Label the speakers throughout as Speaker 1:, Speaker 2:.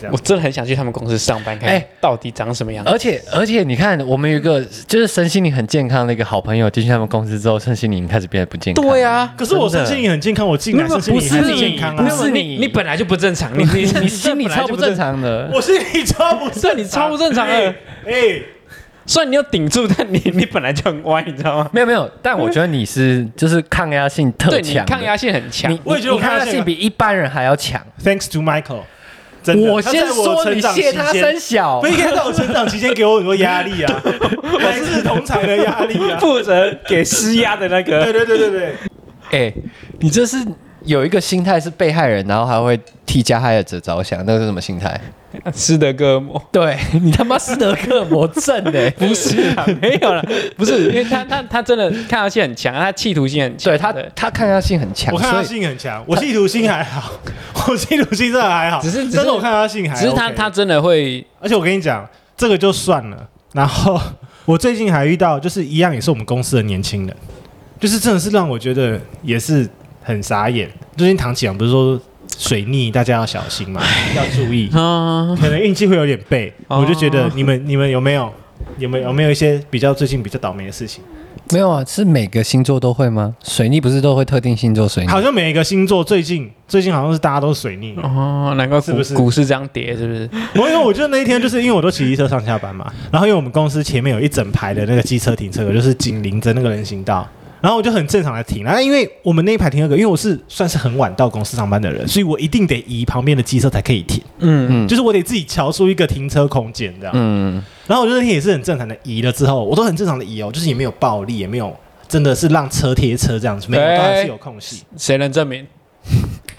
Speaker 1: 这样
Speaker 2: 我。真的很想去他们公司上班，看
Speaker 1: 哎
Speaker 2: 到底长什么样。
Speaker 1: 而且而且，你看，我们有一个就是身心灵很健康的一个好朋友，进去他们公司之后，身心灵开始变得不健康。
Speaker 2: 对啊，
Speaker 3: 可是我身心也很健康，我进来身心也很健康
Speaker 2: 不
Speaker 3: 啊。
Speaker 2: 是你，你本来就不正常，你你
Speaker 1: 你心理超不正，常的。
Speaker 3: 我心里超不正
Speaker 2: 对
Speaker 3: 常，
Speaker 2: 你超不正常啊
Speaker 3: 哎
Speaker 2: 的。
Speaker 3: 哎，
Speaker 2: 虽然你要顶住，但你你本来就很歪，你知道吗？
Speaker 1: 没有没有，但我觉得你是就是抗压性特
Speaker 2: 对你
Speaker 1: 强的，
Speaker 2: 抗压性很强
Speaker 1: 你，
Speaker 3: 我也觉得我
Speaker 1: 你抗
Speaker 3: 抗压
Speaker 1: 压性
Speaker 3: 性
Speaker 1: 比一般人还要强。
Speaker 3: Thanks to Michael，真的，他
Speaker 1: 先
Speaker 3: 在我
Speaker 1: 说
Speaker 3: 成
Speaker 1: 你
Speaker 3: 长期
Speaker 1: 谢他
Speaker 3: 间
Speaker 1: 三，小
Speaker 3: 不，应该在我成长期间给我很多压力 啊，来自同才的压力啊。
Speaker 2: 负责给施压的那
Speaker 3: 对
Speaker 2: 个。
Speaker 3: 对对对对，
Speaker 1: 哎，你这是有一个心态是被害人，然后还会替加害者着想，那是什么心态？
Speaker 2: 斯德哥尔摩
Speaker 1: 对你他妈斯德克魔症 哎！
Speaker 2: 不是啊，没有了，不是，因为他他他真的抗压性很强，啊他企图性很强，
Speaker 1: 对他，他抗压性很强，
Speaker 3: 我看
Speaker 1: 所
Speaker 3: 他
Speaker 1: 以
Speaker 3: 性很强，我企图心还好，我企图心真的还好，
Speaker 2: 只是只是
Speaker 3: 但是我看他性还，
Speaker 2: 只是他他，真的会
Speaker 3: 而且我跟你讲，这个就算了。然后 我最近还遇到，就是一样也是我们公司的年轻人，就是真的是让我觉得也是很傻眼。最近唐启阳不是说水逆大家要小心嘛，要注意，
Speaker 2: 啊，
Speaker 3: 可能运气会有点背，
Speaker 2: 哦
Speaker 3: 我就觉得你们你们有没有有没有有没有一些比较最近比较倒霉的事情？
Speaker 1: 没有啊，是每个星座都会吗？水逆不是都会特定星座水逆？
Speaker 3: 好像每一个星座最近最近好像是大家都水逆，
Speaker 2: 哦，难怪股
Speaker 3: 是不是
Speaker 2: 股市这样跌，是不是？
Speaker 3: 我因为我就那一天就是因为我都骑机车上下班嘛，然后因为我们公司前面有一整排的那个机车停车格，就是紧邻着那个人行道，然后我就很正常的停。然后因为我们那一排停车格，因为我是算是很晚到公司上班的人，所以我一定得移旁边的机车才可以停，
Speaker 2: 嗯，
Speaker 1: 嗯
Speaker 3: 就是我得自己瞧出一个停车空间这样。
Speaker 1: 嗯，
Speaker 3: 然后我就那天也是很正常的移了之后，我都很正常的移哦，就是也没有暴力，也没有真的是让车贴车这样子，每个人都还是有空隙。
Speaker 2: 谁能证明？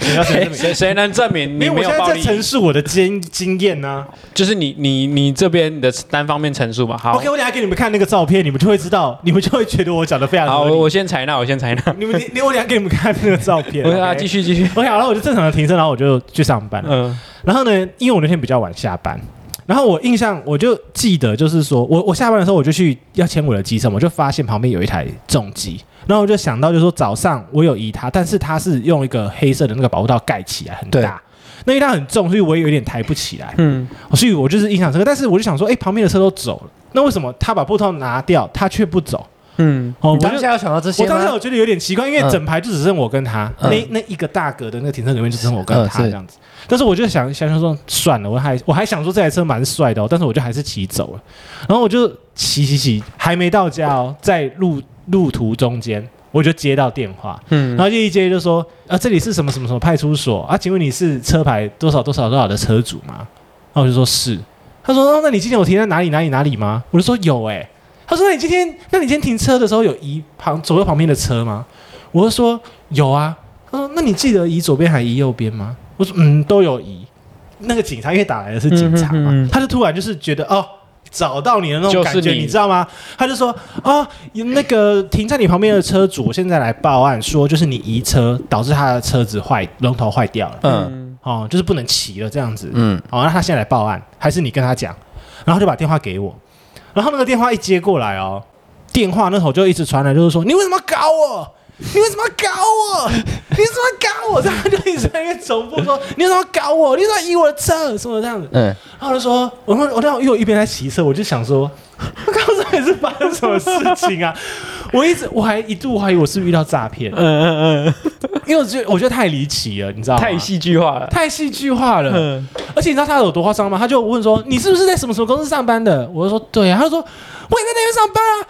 Speaker 3: 你要谁
Speaker 2: 谁 谁谁能证明哎 你
Speaker 3: 因为
Speaker 2: 没
Speaker 3: 哎我
Speaker 2: 有
Speaker 3: 现
Speaker 2: 暴
Speaker 3: 在在
Speaker 2: 力？
Speaker 3: 陈述我的经经验啊呢、
Speaker 2: 就是你你你这边你的单方面陈述嘛。好
Speaker 3: OK，我等一下给你们看那个照片，你们就会知道，你们就会觉得我讲的非常
Speaker 2: 好，
Speaker 3: 合理
Speaker 2: 我我先采纳，我先采纳。
Speaker 3: 你们你你我等一下给你们看那个 照片。
Speaker 2: 我啊，继
Speaker 3: 续。
Speaker 2: 续继续。
Speaker 3: OK，好了，我就正常的停车，然后我就去上班了。
Speaker 2: 嗯，
Speaker 3: 然后呢，因为我那天比较晚下班，然后我印象我就记得，就是说我我下班的时候我就去要签我的机车嘛，我就发现旁边有一台重机，然后我就想到就是说早上我有移它，但是它是用一个黑色的那个保护套盖起来，很
Speaker 1: 对
Speaker 3: 大。那因为它很重，所以我也有点抬不起来。
Speaker 2: 嗯，
Speaker 3: 哦所以我就是印象深刻。但是我就想说，哎、旁边的车都走了，那为什么他把布套拿掉，他却不走？
Speaker 2: 嗯，
Speaker 3: 哦，我
Speaker 1: 你
Speaker 3: 就
Speaker 1: 当下有想到这些
Speaker 3: 我当下
Speaker 1: 吗？
Speaker 3: 我觉得有点奇怪，因为
Speaker 1: 嗯
Speaker 3: 整排就只剩我跟他，
Speaker 1: 嗯
Speaker 3: 那那一个大格的那个停车里面就只剩我跟
Speaker 1: 嗯
Speaker 3: 他
Speaker 1: 是
Speaker 3: 这样子。但是我就想想想说，算了，我还我还想说这台车蛮帅的哦，但是我就还是骑走了。然后我就骑骑骑，还没到家哦，在路路途中间。我就接到电话，
Speaker 2: 嗯
Speaker 3: 然后就一接就说，啊，这里是什么什么什么派出所啊？请问你是车牌多少多少多少的车主吗？然后我就说是，他说，哦，那你今天有停在哪里哪里哪里吗？我就说有、欸，他说：“那你今天，那你今天停车的时候有移旁左右旁边的车吗？”我就说：“有啊。”他说：“那你记得移左边还移右边吗？”我说：“嗯，都有移。”那个警察因为打来的是警察嘛，
Speaker 2: 嗯哼嗯哼
Speaker 3: 他就突然就是觉得哦。找到你的那种感觉，
Speaker 2: 就是你
Speaker 3: 你知道吗？他就说：“哦，那个停在你旁边的车主现在来报案，说就是你移车导致他的车子坏，龙头坏掉了，
Speaker 1: 嗯
Speaker 2: 嗯，
Speaker 3: 哦，就是不能骑了这样子。
Speaker 1: 嗯，
Speaker 3: 哦，那他现在来报案，还是你跟他讲？然后就把电话给我，然后那个电话一接过来哦，电话那头就一直传来，就是说你为什么要搞我？你为什么要搞我？你为什么要搞我？这样就一直在那边重复说你为什么要搞我？你为什么要移我的车？什么这样子？
Speaker 1: 嗯，
Speaker 3: 然后我就说，我说我那因为我一边在骑车，我就想说， 我刚才是发生什么事情啊？ 我一直我还一度怀疑我是不是遇到诈骗，
Speaker 2: 嗯嗯
Speaker 3: 因为我觉得我觉得太离奇了，你知
Speaker 2: 嗯，
Speaker 3: 道吗？
Speaker 2: 太戏剧化了。
Speaker 3: 太戏剧化了。
Speaker 2: 嗯，
Speaker 3: 而且你知道他有多夸张吗？他就问说：“你是不是在什么什么公司上班的？”我就说：“对啊。”他就说：“我也在那边上班啊，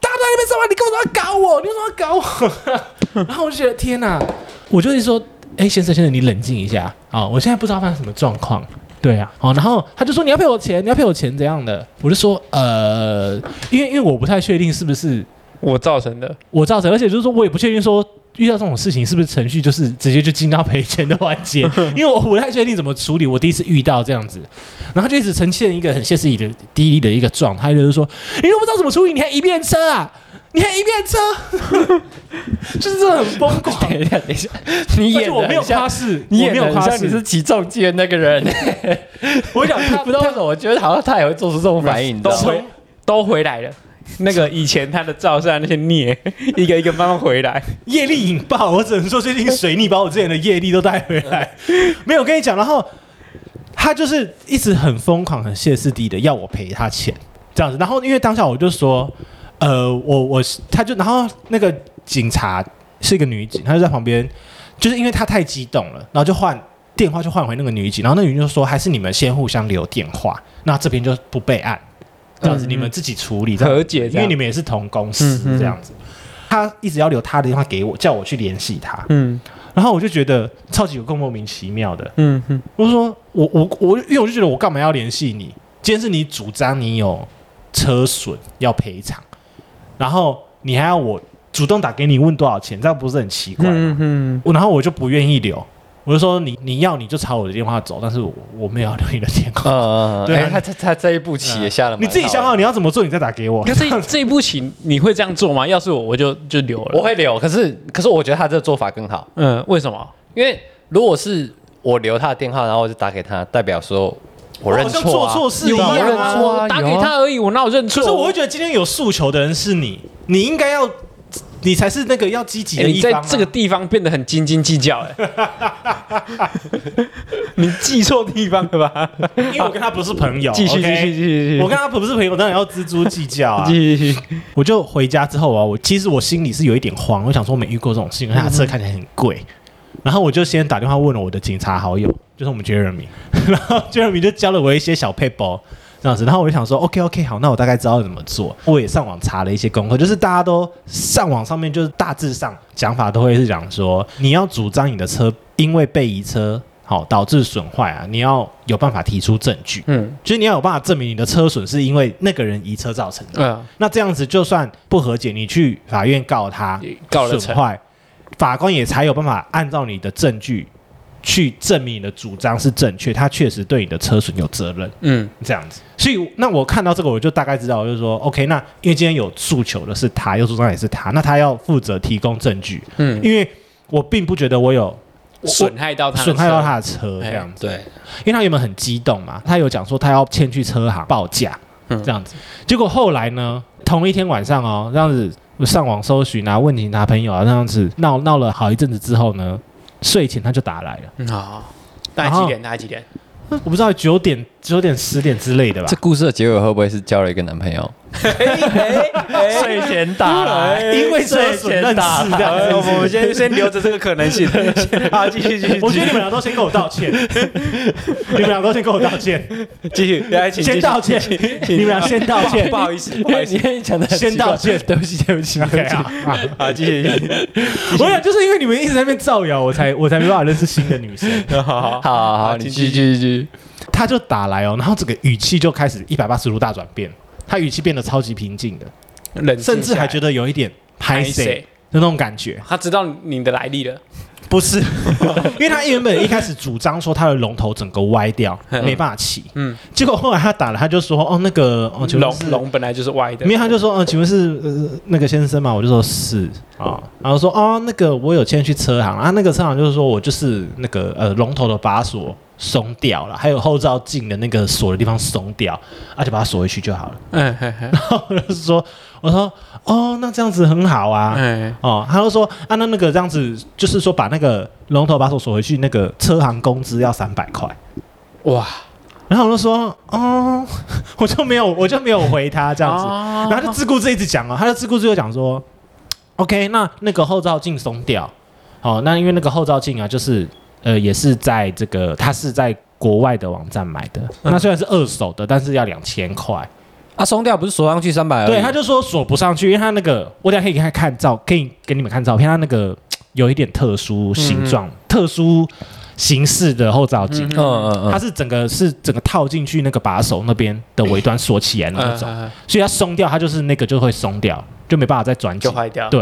Speaker 3: 大家都在那边上班，你跟我说要搞我，你为什么要搞我？” 然后我就觉得天哪，我就是说：“哎、先生先生，你冷静一下啊、我现在不知道发生什么状况。”对啊，哦，然后他就说你要赔我钱，你要赔我钱怎样的？我就说呃，因为因为我不太确定是不是
Speaker 2: 我造成的。
Speaker 3: 我造成，而且就是说我也不确定说遇到这种事情是不是程序就是直接就进到赔钱的环 节，因为我不太确定怎么处理，我第一次遇到这样子，然后就一直呈现一个很歇斯底里的低的一个状态，就是说你都不知道怎么处理，你还一遍车啊，你还一遍车， 就是真的很疯狂。
Speaker 1: 等一下，等一下， 你演
Speaker 3: 而且
Speaker 1: 的
Speaker 3: 我没有
Speaker 1: 很像
Speaker 3: 夸饰，
Speaker 1: 你
Speaker 3: 我
Speaker 1: 演
Speaker 3: 没
Speaker 1: 的
Speaker 3: 有
Speaker 1: 很
Speaker 3: 夸
Speaker 1: 像你
Speaker 3: 饰
Speaker 1: 是，起重机的那个人，
Speaker 3: 我跟你讲他
Speaker 1: 不知道为什么，我觉得好像他也会做出这种反应，你知
Speaker 2: 都
Speaker 1: 道吗？
Speaker 2: 回都回来了。那个以前他的照上那些孽， 一个一个慢慢回来。
Speaker 3: 业力引爆，我只能说最近水逆把我之前的业力都带回来。没有，我跟你讲，然后他就是一直很疯狂、很歇斯底里的要我赔他钱这样子。然后因为当下我就说，呃，我我是他就然后那个警察是一个女警，她就在旁边，就是因为她太激动了，然后就换电话就换回那个女警，然后那女警就说还是你们先互相留电话，那这边就不备案，这样子
Speaker 2: 嗯
Speaker 3: 你们自己处理这样子
Speaker 2: 和解这
Speaker 3: 因为
Speaker 2: 样，
Speaker 3: 你们也是同公司
Speaker 2: 嗯嗯嗯
Speaker 3: 这样子。他一直要留他的电话给我，叫我去联系他，
Speaker 2: 嗯
Speaker 3: 然后我就觉得超级有够莫名其妙的。
Speaker 2: 嗯嗯
Speaker 3: 我就说我我我，因为我就觉得我干嘛要联系你？今天是你主张你有车损要赔偿，然后你还要我主动打给你问多少钱，这样不是很奇怪吗？
Speaker 2: 嗯嗯，
Speaker 3: 我然后我就不愿意留，我就说你你要你就朝我的电话走，但是我我没有要留你的电 话，
Speaker 1: 嗯嗯，
Speaker 3: 对啊
Speaker 1: 哎，他他他这一步棋也下了，
Speaker 3: 你自己想，好你要怎么做，你再打给我。
Speaker 2: 那 这这一步棋你会这样做吗？要是我，我就就留了。
Speaker 1: 我会留，可是可是我觉得他这个做法更好，
Speaker 2: 嗯，为什么？
Speaker 1: 因为如果是我留他的电话，然后我就打给他，代表说我认
Speaker 3: 哦好像
Speaker 1: 错
Speaker 3: 做
Speaker 1: 啊，
Speaker 3: 错事一
Speaker 1: 有
Speaker 3: 样
Speaker 1: 啊
Speaker 3: 啊
Speaker 1: 我认错啊，
Speaker 2: 我打
Speaker 1: 有
Speaker 2: 给
Speaker 1: 啊。
Speaker 2: 他而已，我哪有认
Speaker 3: 可
Speaker 2: 错？
Speaker 3: 是我会觉得今天有诉求的人是你，你应该要，你才是那个要积极
Speaker 2: 哎
Speaker 3: 的
Speaker 2: 你
Speaker 3: 一
Speaker 2: 在
Speaker 3: 方啊、
Speaker 2: 这个地方变得很斤斤计较，哎，你记错地方了吧？
Speaker 3: 因为我跟他不是朋 友，
Speaker 2: 继续
Speaker 3: OK？
Speaker 2: 继续继续，继续
Speaker 3: 我跟他不是朋友，当然要锱铢计较啊
Speaker 2: 继。续 继续，
Speaker 3: 我就回家之后啊，我其实我心里是有一点慌，我想说我没遇过这种事情，而且他车看起来很贵。然后我就先打电话问了我的警察好友，就是我们 Jeremy，然 后 Jeremy 就教了我一些小配包这样子，然后我就想说 OK OK 好，那我大概知道怎么做。我也上网查了一些功课，就是大家都上网上面就是大致上讲法都会是讲说，你要主张你的车因为被移车好导致损坏啊，你要有办法提出证据，
Speaker 2: 嗯
Speaker 3: 就是你要有办法证明你的车损是因为那个人移车造成的。
Speaker 2: 嗯，
Speaker 3: 那这样子就算不和解，你去法院告他
Speaker 2: 告了
Speaker 3: 损坏，法官也才有办法按照你的证据去证明你的主张是正确，他确实对你的车损有责任，
Speaker 2: 嗯
Speaker 3: 这样子。所以那我看到这个，我就大概知道，我就是说 OK，那因为今天有诉求的是他，有主张也是他，那他要负责提供证据，
Speaker 2: 嗯，
Speaker 3: 因为我并不觉得我有我
Speaker 2: 损害到他，
Speaker 3: 损害到，他的车
Speaker 2: 哎
Speaker 3: 这样子。
Speaker 1: 对，
Speaker 3: 因为他原本很激动嘛，他有讲说他要先去车行报价，
Speaker 2: 嗯
Speaker 3: 这样子。结果后来呢，同一天晚上哦，这样子上网搜寻啊，问警察朋友啊，这样子闹闹了好一阵子之后呢，睡前他就打来了，
Speaker 2: 嗯好，大概几点？大概几点？
Speaker 3: 我不知道九点、九点、十点之类的吧
Speaker 1: 这。故事的结尾会不会是交了一个男朋友？
Speaker 2: 睡前打来
Speaker 3: 因为车损认识这样子
Speaker 2: 我们先先留着这个可能性。 好，继续继续，
Speaker 3: 我觉得你们俩都先跟我 道歉，你们俩都先跟我道歉，
Speaker 2: 继续，来，请
Speaker 3: 先道歉，你们俩先道歉
Speaker 2: 不，好意思，不好意思，
Speaker 1: 哎 你讲的
Speaker 3: 先道歉
Speaker 1: 对不起，对不起，
Speaker 3: OK
Speaker 1: 对不起。
Speaker 3: 啊。啊
Speaker 2: 好，继续，
Speaker 3: 我想就是因为你们一直在那边造谣，我 才我才没办法认识新的女生。
Speaker 2: 好好
Speaker 1: 好好好，你继续继续继续。
Speaker 3: 他就打来哦，然后这个语气就开始一百八十度大转变，他语气变得超级平静的，
Speaker 2: 冷
Speaker 3: 甚至还觉
Speaker 2: 得
Speaker 3: 得有一点拍谁
Speaker 2: 谁？
Speaker 3: 的那种感觉。
Speaker 2: 他知道你的来历了，
Speaker 3: 不是， 因为他原本一开始主张说他的龙头整个歪掉，
Speaker 2: 嗯
Speaker 3: 没办法骑。 嗯
Speaker 2: 嗯，
Speaker 3: 结果后来他打了，他就说哦那个哦，请问
Speaker 2: 龙
Speaker 3: 是
Speaker 2: 龙本来就是歪的
Speaker 3: 没，有，他就说，嗯、请问是、呃、那个先生吗？我就说是啊、然后说，哦，那个我有先去车行啊，那个车行就是说我就是那个呃龙头的把锁松掉了，还有后照镜的那个锁的地方松掉，啊，就把它锁回去就好了。
Speaker 2: 嗯嘿嘿
Speaker 3: 然后我就说，我说，哦，那这样子很好啊。
Speaker 2: 嗯，
Speaker 3: 哦，他就说啊，那那个这样子，就是说把那个龙头把锁锁回去，那个车行工资要三百块。
Speaker 2: 哇，
Speaker 3: 然后我就说，哦， 我就没有，我就没有回他
Speaker 2: 这
Speaker 3: 这样子。然后他就自顾自一直讲哦，他就自顾自就讲说，OK，那那个后照镜松掉，好、那因为那个后照镜啊，就是呃，也是在这个，他是在国外的网站买的，那虽然是二手的，但是要两千块。
Speaker 1: 啊，松掉不是锁上去三百？
Speaker 3: 对，他就说锁不上去，因为他那个，我等一下可以给他看照，可以给你们看照片，他那个有一点特殊形状、特殊形式的后照镜。
Speaker 1: 嗯嗯
Speaker 3: 它
Speaker 1: 嗯，
Speaker 3: 是整个是整个套进去那个把手那边的尾端锁起来的
Speaker 2: 嗯
Speaker 3: 那种，所以它松掉，它就是那个就会松掉，就没办法再转紧
Speaker 2: 就。坏掉，
Speaker 3: 对，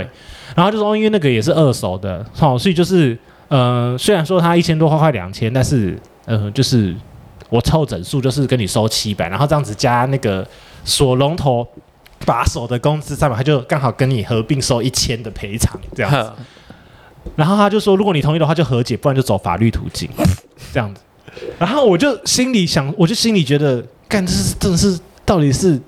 Speaker 3: 然后就说、哦因为那个也是二手的，好、所以就是呃，虽然说它一千多块快两千，但是呃，就是我凑整数就是跟你收七百，然后这样子加那个锁龙头把手的工资三百，他就刚好跟你合并收一千的赔偿这样子。
Speaker 2: 哼，
Speaker 3: 然后他就说，如果你同意的话就和解，不然就走法律途径这样子。然后我就心里想，我就心里觉得，干这是真的是到底是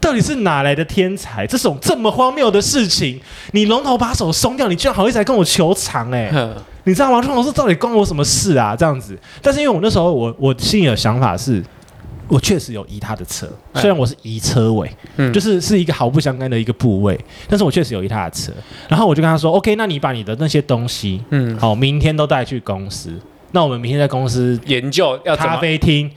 Speaker 3: 到底是哪来的天才？这种这么荒谬的事情，你龙头把手松掉，你居然好意思来跟我求偿哎、
Speaker 2: 哼，
Speaker 3: 你知道吗？就我说到底关我什么事啊？这样子。但是因为我那时候我我心里的想法是，我确实有移他的车，
Speaker 2: 嗯
Speaker 3: 虽然我是移车尾，
Speaker 2: 嗯
Speaker 3: 就，是是一个毫不相干的一个部位，但是我确实有一他的车。然后我就跟他说，OK，那你把你的那些东西，
Speaker 2: 嗯，
Speaker 3: 好，明天都带去公司。那我们明天在公司
Speaker 2: 研究要怎
Speaker 3: 咖
Speaker 2: 么
Speaker 3: 啡厅，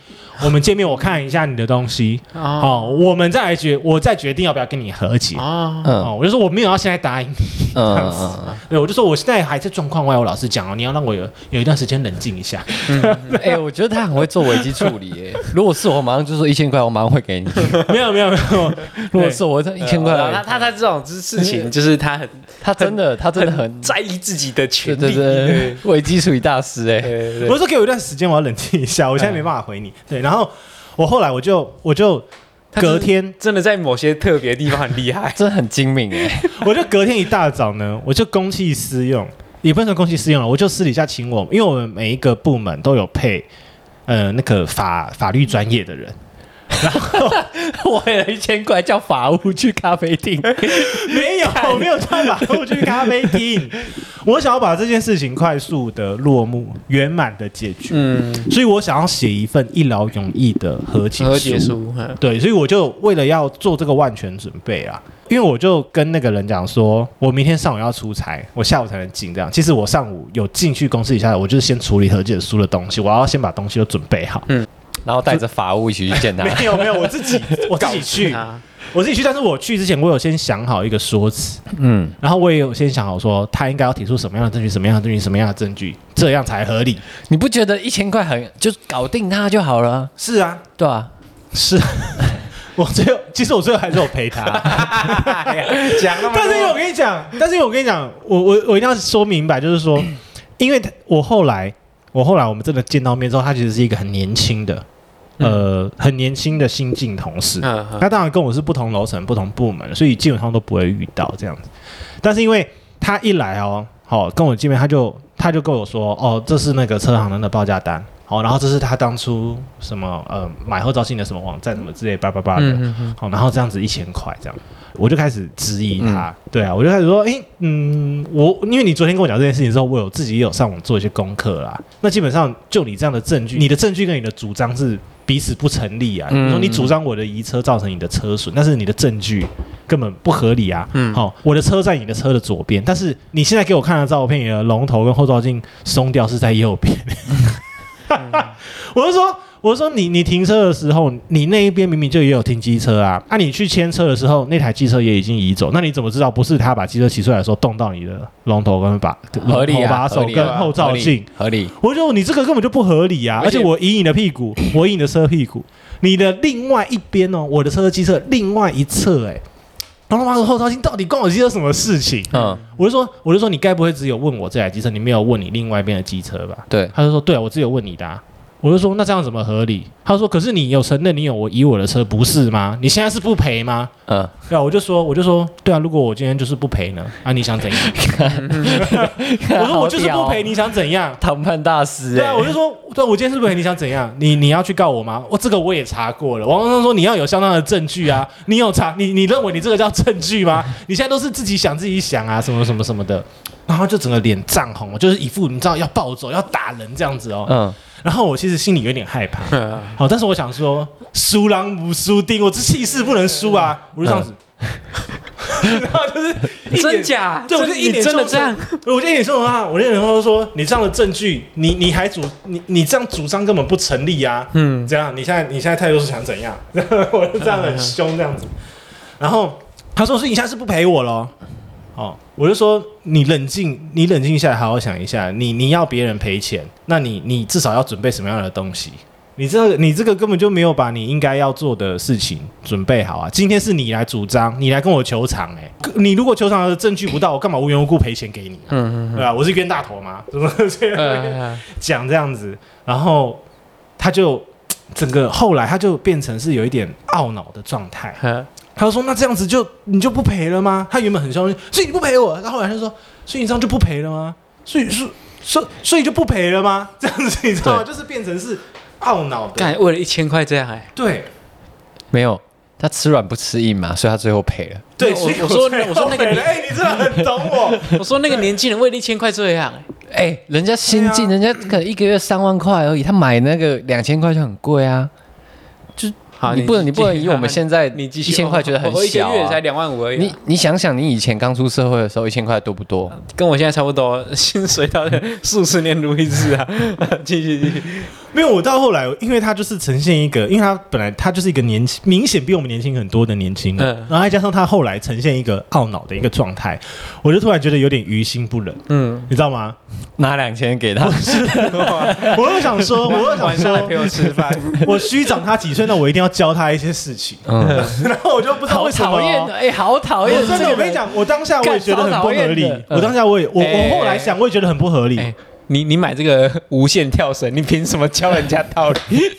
Speaker 3: 我们见面，我看一下你的东西，
Speaker 2: 哦
Speaker 3: 好，我们再来决，我再决定要不要跟你和解。
Speaker 2: 哦，
Speaker 1: 嗯
Speaker 3: 哦，我就说我没有要现在答应你，
Speaker 1: 嗯嗯
Speaker 3: 对，我就说我现在还在状况外，我老实讲哦，你要让我有有一段时间冷静一下。
Speaker 1: 嗯，哎，我觉得他很会做危机处理耶。 如果是我，马上就说一千块，我马上会给你。
Speaker 3: 没有没有没有，
Speaker 1: 如果是我，这一千块，
Speaker 2: 呃他他他这种事情就是他 很
Speaker 1: 他真的，他真的很，
Speaker 2: 在意自己的权
Speaker 1: 对
Speaker 2: 利，
Speaker 1: 对对
Speaker 2: 对，
Speaker 1: 危机处理大师哎。。
Speaker 2: 对对嗯
Speaker 3: 我说给我一段时间，我要冷静一下，我现在没办法回你。对，然后我后来我就我就
Speaker 2: 他就是
Speaker 3: 隔天，
Speaker 2: 真的在某些特别地方很厉害
Speaker 1: 真的很精明 哎，
Speaker 3: 我就隔天一大早呢，我就公器私用，也不能说公器私用了，我就私底下请我，因为我们每一个部门都有配呃那个法法律专业的人，
Speaker 1: 为了一千块叫法务去咖啡厅，
Speaker 3: 没 有，我没有办法，我去咖啡 厅。我想要把这件事情快速的落幕，圆满的解决，
Speaker 2: 嗯，
Speaker 3: 所以我想要写一份一劳永逸的和解
Speaker 2: 和
Speaker 3: 书
Speaker 2: 解。书，嗯
Speaker 3: 对，所以我就为了要做这个万全准备啊，因为我就跟那个人讲说，我明天上午要出差，我下午才能进。这样，其实我上午有进去公司一下，我就是先处理和解书的东西，我要先把东西都准备好。
Speaker 1: 然后带着法务一起去见 他。
Speaker 3: 没有没有，我自己我自己 去，
Speaker 2: 啊，
Speaker 3: 我自己去。但是我去之前，我有先想好一个说辞，
Speaker 1: 嗯，
Speaker 3: 然后我也有先想好说，他应该要提出什么样的证据，什么样的证据，什么样的证据，这样才合理。
Speaker 1: 你不觉得一千块很就搞定他就好了？
Speaker 3: 是啊，
Speaker 1: 对啊，
Speaker 3: 是啊。 我最后，其实我最后还是有陪他，哎
Speaker 2: 讲那么多
Speaker 3: 但是因为我跟你讲，嗯但是因为我跟你讲，我我我一定要说明白，就是说，因为他我后来，我后来我们真的见到面之后，他其实是一个很年轻的，呃，很年轻的新进同事，
Speaker 2: 嗯嗯
Speaker 3: 那当然跟我是不同楼层、不同部门，所以基本上都不会遇到这样子。但是因为他一来哦，好、跟我见面，他就他就跟我说，哦，这是那个车行的那个报价单，好、然后这是他当初什么呃买后照镜的什么网站什么之类叭叭叭的，
Speaker 2: 嗯嗯
Speaker 3: 好、然后这样子一千块这样，我就开始质疑他，对啊，我就开始说，诶，嗯，我因为你昨天跟我讲这件事情之后，我有自己也有上网做一些功课啦。那基本上就你这样的证据，你的证据跟你的主张是彼此不成立啊。
Speaker 1: 嗯
Speaker 3: 比如说你主张我的移车造成你的车损，但是你的证据根本不合理啊。
Speaker 2: 嗯
Speaker 3: 好、我的车在你的车的左边，但是你现在给我看的照片，你的龙头跟后照镜松掉是在右边。
Speaker 1: 嗯
Speaker 3: 我就说，我就说你你停车的时候，你那一边明明就也有停机车啊，那、你去牵车的时候，那台机车也已经移走，那你怎么知道不是他把机车骑出来的时候动到你的龙头跟把
Speaker 1: 合理
Speaker 3: 头
Speaker 1: 啊，
Speaker 3: 把手
Speaker 1: 合理啊
Speaker 3: 跟后照镜？
Speaker 1: 合理，合理
Speaker 3: 我就说你这个根本就不合理啊！
Speaker 2: 而
Speaker 3: 而
Speaker 2: 且
Speaker 3: 且我移你的 屁股，我移你的车屁股，你的另外一边哦，我的车的机车另外一侧、哎，然后他妈的后照镜到底关我机车什么事情？
Speaker 1: 嗯，
Speaker 3: 我就说，我就说你该不会只有问我这台机车，你没有问你另外一边的机车吧？
Speaker 1: 对，
Speaker 3: 他就说：“对啊，我只有问你的、啊。”我就说：“那这样怎么合理？”他说：“可是你有承认你有我移我的车，不是吗？你现在是不赔吗
Speaker 1: 嗯，？”
Speaker 3: 对啊，我就说：“我就说，对啊，如果我今天就是不赔呢？啊，你 想怎样？ 我
Speaker 2: 哦
Speaker 3: 说我就是不赔，你想怎样？”
Speaker 1: 哦谈判大师
Speaker 3: 对啊，
Speaker 1: 哎
Speaker 3: 我，就说，对啊，我今天是不赔，你想怎样？你你要去告我吗？我哦这个我也查过了。王先生说你要有相当的证据啊，你有查，你你认为你这个叫证据吗？你现在都是自己想自己想啊，什么什么什么的，然后就整个脸涨红，就是一副你知道要暴走要打人这样子哦。
Speaker 1: 嗯，
Speaker 3: 然后我其实心里有点害怕，
Speaker 2: 嗯
Speaker 3: 好，但是我想说，输狼不输丁，我这气势不能输啊！我就这样子， 然后就是一
Speaker 2: 真
Speaker 3: 脸，
Speaker 2: 假？
Speaker 3: 对我就
Speaker 2: 真
Speaker 3: 一
Speaker 2: 你
Speaker 3: 脸
Speaker 2: 真的
Speaker 3: 凶
Speaker 2: 这样，
Speaker 3: 我就一脸说什么啊？我就一脸说说，你这样的证据，你你还主你你这样主张根本不成立啊！
Speaker 2: 嗯，
Speaker 3: 这样，你现在你现在态度是想怎样？ 我就这样很凶这样子，然后他说是你下次不陪我咯。哦，我就说你冷静，你冷静下来，好好想一下，你你要别人赔钱，那你你至少要准备什么样的东西？你这个你这个根本就没有把你应该要做的事情准备好啊！今天是你来主张，你来跟我求偿、欸，你如果求偿的证据不到，我干嘛无缘无故赔钱给你、啊？
Speaker 2: 嗯嗯
Speaker 3: 对啊，我是冤大头吗？怎么这
Speaker 2: 嗯
Speaker 3: 样？
Speaker 2: 嗯，
Speaker 3: 讲这样子，然后他就整个后来他就变成是有一点懊恼的状态。
Speaker 2: 嗯
Speaker 3: 他就说：“那这样子就你就不赔了吗？”他原本很凶，所以你不赔我。然后后来他就说：“所以你这样就不赔了吗？所以是所以所以就不赔了吗？”这样子你知道吗？就是变成是懊恼的。
Speaker 2: 干为了一千块这样哎，
Speaker 3: 对，
Speaker 1: 没有，他吃软不吃硬嘛，所以他最后赔了。
Speaker 2: 对
Speaker 4: 我
Speaker 2: 所以
Speaker 4: 我说
Speaker 2: 我才
Speaker 4: 我说那个
Speaker 3: 后悔了
Speaker 4: 年，
Speaker 3: 哎，你真的很懂我。
Speaker 4: 我说那个年轻人为了一千块这样，
Speaker 1: 哎、人家新进，人家可能一个月三万块而已，他买那个两千块就很贵啊。
Speaker 2: 好，
Speaker 1: 你不能，你不能以我们现在
Speaker 2: 你继
Speaker 1: 一
Speaker 2: 续
Speaker 1: 千块觉得很
Speaker 2: 哎我一
Speaker 1: 小、
Speaker 2: 个月才
Speaker 1: 啊。
Speaker 2: 两万五而已啊，
Speaker 1: 你你想想，你以前刚出社会的时候，一千块多不多？
Speaker 2: 跟我现在差不多，薪水到 数十年如一日啊！ 继续继续，
Speaker 3: 没有，我到后来，因为他就是呈现一个，因为他本来他就是一个年轻，明显比我们年轻很多的年轻人，
Speaker 2: 嗯
Speaker 3: 然后再加上他后来呈现一个懊恼的一个状态，我就突然觉得有点于心不忍，
Speaker 2: 嗯，
Speaker 3: 你知道吗？
Speaker 1: 拿两千给 他，
Speaker 3: 我又想说，我又想
Speaker 2: 晚上来
Speaker 3: 说
Speaker 2: 陪，我吃饭，
Speaker 3: 我虚长他几岁，那我一定要教他一些事情，
Speaker 1: 嗯，
Speaker 3: 然后我就不知道为什么。
Speaker 1: 的，哎、好讨
Speaker 3: 我真
Speaker 1: 这
Speaker 3: 的，
Speaker 1: 个
Speaker 3: 我跟你
Speaker 1: 人，
Speaker 3: 讲，我当下我也觉得很不合理
Speaker 1: 干超讨厌的。
Speaker 3: 我当下我也，我
Speaker 2: 哎
Speaker 3: 我后来想，我也觉得很不合理。
Speaker 2: 哎你你买这个无线跳绳，你凭什么教人家道理？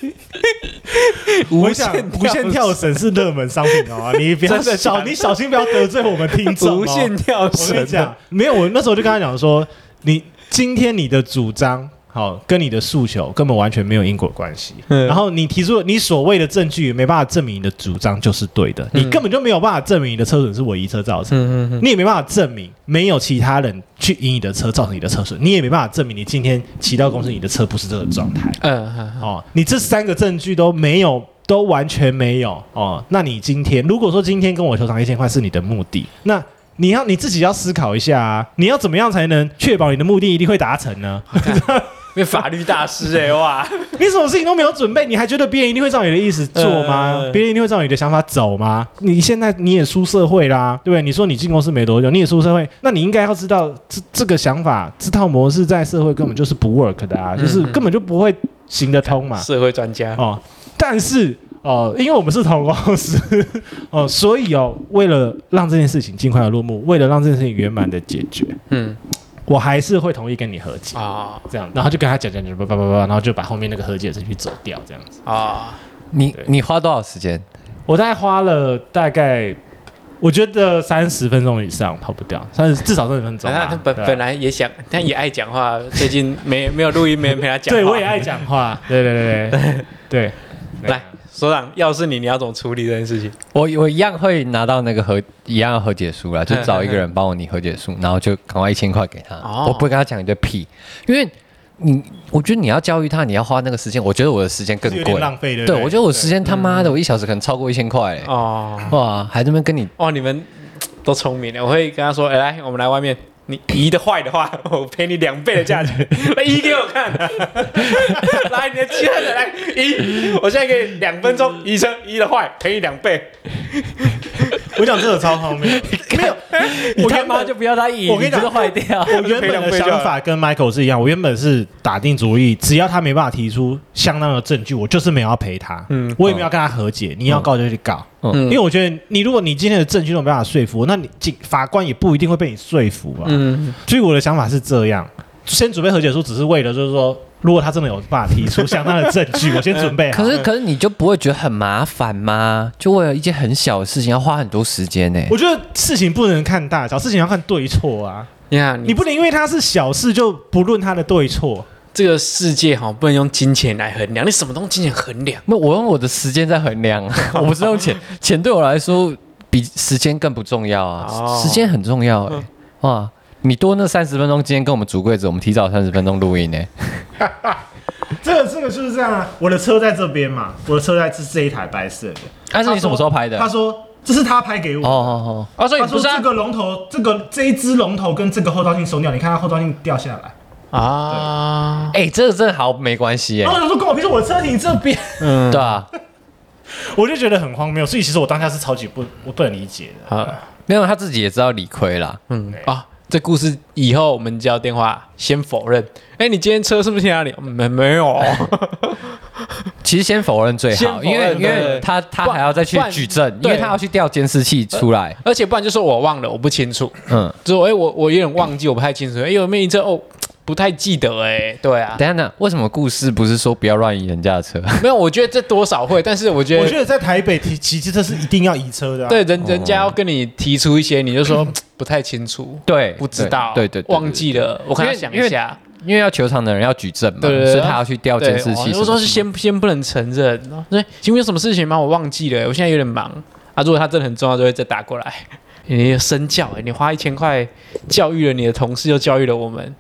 Speaker 3: 我
Speaker 2: 无
Speaker 3: 想
Speaker 2: 线，
Speaker 3: 无限跳绳是热门商品哦，你不要
Speaker 2: 真的假
Speaker 3: 小，
Speaker 2: 的
Speaker 3: 你小心不要得罪我们听众哦。
Speaker 2: 无线跳
Speaker 3: 我跟
Speaker 2: 绳啊
Speaker 3: 你，讲，没有，我那时候就跟他讲说，你今天你的主张好跟你的诉求根本完全没有因果关系，
Speaker 2: 嗯
Speaker 3: 然后你提出你所谓的证据也没办法证明你的主张就是对的，
Speaker 2: 嗯
Speaker 3: 你根本就没有办法证明你的车损是我移车造成的。
Speaker 2: 嗯嗯嗯，
Speaker 3: 你也没办法证明没有其他人去移你的车造成你的车损，你也没办法证明你今天骑到公司你的车不是这个状态
Speaker 2: 嗯嗯，
Speaker 3: 哦。你这三个证据都没有，都完全没有哦。那你今天如果说今天跟我求偿一千块是你的目的，那你要你自己要思考一下啊，你要怎么样才能确保你的目的一定会达成呢？
Speaker 2: 因为法律大师 哎、哇，
Speaker 3: 你什么事情都没有准备，你还觉得别人一定会照你的意思做吗？
Speaker 2: 呃
Speaker 3: 别人一定会照你的想法走吗？你现在你也出社会啦，对不对？你说你进公司没多久，你也出社会，那你应该要知道这这个想法、这套模式在社会根本就是不 work 的啊，就是
Speaker 2: 嗯
Speaker 3: 根本就不会行得通嘛。
Speaker 2: 社会专家，
Speaker 3: 啊哦，但是哦，因为我们是同公司 哦，所以哦，为了让这件事情尽快的落幕，为了让这件事情圆满的解决，
Speaker 2: 嗯
Speaker 3: 我还是会同意跟你和解。
Speaker 2: 啊
Speaker 3: 这样，然后就跟他讲讲讲，叭叭叭叭，然后就把后面那个和解的程序走掉，这样子。
Speaker 2: 啊，
Speaker 1: 你你花多少时间？
Speaker 3: 我大概花了大概，我觉得三十分钟以上跑不掉，三十至少三十分钟
Speaker 2: 那
Speaker 3: 啊。
Speaker 2: 他本
Speaker 3: 对啊
Speaker 2: 本来也想，他也爱讲话，最近没没有录音，没人陪他讲话，
Speaker 3: 对我也爱讲话，对对对对对。
Speaker 2: 来，所长，要是你，你要怎么处理这件事情？
Speaker 1: 我我一样会拿到那个和一样的和解书啦，就找一个人帮我拟和解书，然后就赶快一千块给他。
Speaker 2: 哦
Speaker 1: 我不会跟他讲一堆屁，因为你我觉得你要教育他，你要花那个时间，我觉得我的时 间更
Speaker 3: 是有
Speaker 1: 贵
Speaker 3: 点。嗯浪费的。
Speaker 1: 对，我觉得我时间他妈的，我一小时可能超过一千块嘞。
Speaker 2: 哦，
Speaker 1: 哇，还这边跟你
Speaker 2: 哇，哦你们都聪明的，我会跟他说，哎，来，我们来外面。你移的坏的话，我赔你两倍的价 钱。来移给我看，来你的机会来移，我现在给你两分钟移车，移的坏赔你两倍。
Speaker 3: 我讲这个超荒谬，没有，
Speaker 1: 你
Speaker 3: 我
Speaker 1: 他
Speaker 3: 原
Speaker 1: 妈
Speaker 3: 本
Speaker 1: 就不要他赢，
Speaker 3: 我跟你讲
Speaker 1: 你这坏掉。
Speaker 3: 我原本的想法跟 Michael 是一样，我原本是打定主意，只要他没办法提出相当的证据，我就是没有要赔他，
Speaker 2: 嗯
Speaker 3: 我也没有要跟他和解，你要告就去告，
Speaker 2: 嗯
Speaker 3: 因为我觉得你如果你今天的证据都没办法说服我，那你警法官也不一定会被你说服啊，
Speaker 2: 嗯，
Speaker 3: 所以我的想法是这样，先准备和解书，只是为了就是说，如果他真的有办法提出相当的证据，我先准备 好
Speaker 1: 可。是可是你就不会觉得很麻烦吗？就为了一件很小的事情要花很多时间呢、欸
Speaker 3: 我觉得事情不能看大小，事情要看对错啊！
Speaker 2: 你看，
Speaker 3: 你
Speaker 2: 你
Speaker 3: 不能因为它是小事就不论它的对错。
Speaker 2: 这个世界哈，不能用金钱来衡量，你什么东西金钱衡量？
Speaker 1: 那我用我的时间在衡量啊，我不是用钱，钱对我来说比时间更不重要啊，
Speaker 2: 哦
Speaker 1: 时间很重要哎、哇！你多那三十分钟，今天跟我们竹柜子，我们提早三十分钟录音呢、
Speaker 3: 这个这个就是这样啊！我的车在这边嘛，我的车在是这一台白色的。
Speaker 1: 但是你什么时候拍的？
Speaker 3: 他说这是他拍给我
Speaker 1: 哦。哦
Speaker 2: 哦，所以
Speaker 3: 他
Speaker 2: 你不
Speaker 3: 说
Speaker 2: 是啊
Speaker 3: 这个龙头，这个这一只龙头跟这个后照镜收掉，你看它后照镜掉下来。
Speaker 1: 哦
Speaker 2: 啊，，
Speaker 1: 哎、这个真的毫没关系哎、
Speaker 3: 然后我想说，跟我平时我的车停这边，
Speaker 2: 嗯
Speaker 1: 对啊，
Speaker 3: 我就觉得很荒谬。所以其实我当下是超级不我不能理解的。
Speaker 2: 啊，
Speaker 1: 没有他自己也知道理亏啦。
Speaker 2: 嗯啊，这故事以后我们接到电话先否认。哎，你今天车是不是去哪里？嗯没没 有，
Speaker 1: 其实先否认最
Speaker 2: 先
Speaker 1: 好，
Speaker 2: 否
Speaker 1: 因为
Speaker 2: 认
Speaker 1: 因
Speaker 2: 对
Speaker 1: 为他他
Speaker 2: 不然
Speaker 1: 还要再去
Speaker 2: 不然
Speaker 1: 举证，因
Speaker 2: 对
Speaker 1: 为他要去调监视器出来。
Speaker 2: 而且不然就说我忘了，我不清楚，
Speaker 1: 嗯，
Speaker 2: 就说哎我我有点忘记，我不太清楚，哎有没有一车哦不太记得哎，对啊，
Speaker 1: 等一下呢，为什么故事不是说不要乱移人家的车？
Speaker 2: 没有，我觉得这多少会，但是我觉
Speaker 3: 我
Speaker 2: 得
Speaker 3: 觉得在台北骑骑机车是一定要移车的、啊。
Speaker 2: 对，人人家要跟你提出一些，你就说不太清楚，
Speaker 1: 对，
Speaker 2: 不知道，
Speaker 1: 哦对对，对
Speaker 2: 忘。记了，我
Speaker 1: 因
Speaker 2: 看
Speaker 1: 为
Speaker 2: 想
Speaker 1: 因
Speaker 2: 一
Speaker 1: 为
Speaker 2: 下，
Speaker 1: 对因为要求偿的人要举证嘛，
Speaker 2: 对对对
Speaker 1: 所以他要去调监视
Speaker 2: 对
Speaker 1: 器什么什
Speaker 2: 哦
Speaker 1: 么。我
Speaker 2: 我说是先先不能承认，对，请问有什么事情吗？我忘记了，我现在有点忙啊。如果他真的很重要，就会再打过来。你身教，欸你花一千块教育了你的同事，又教育了我们。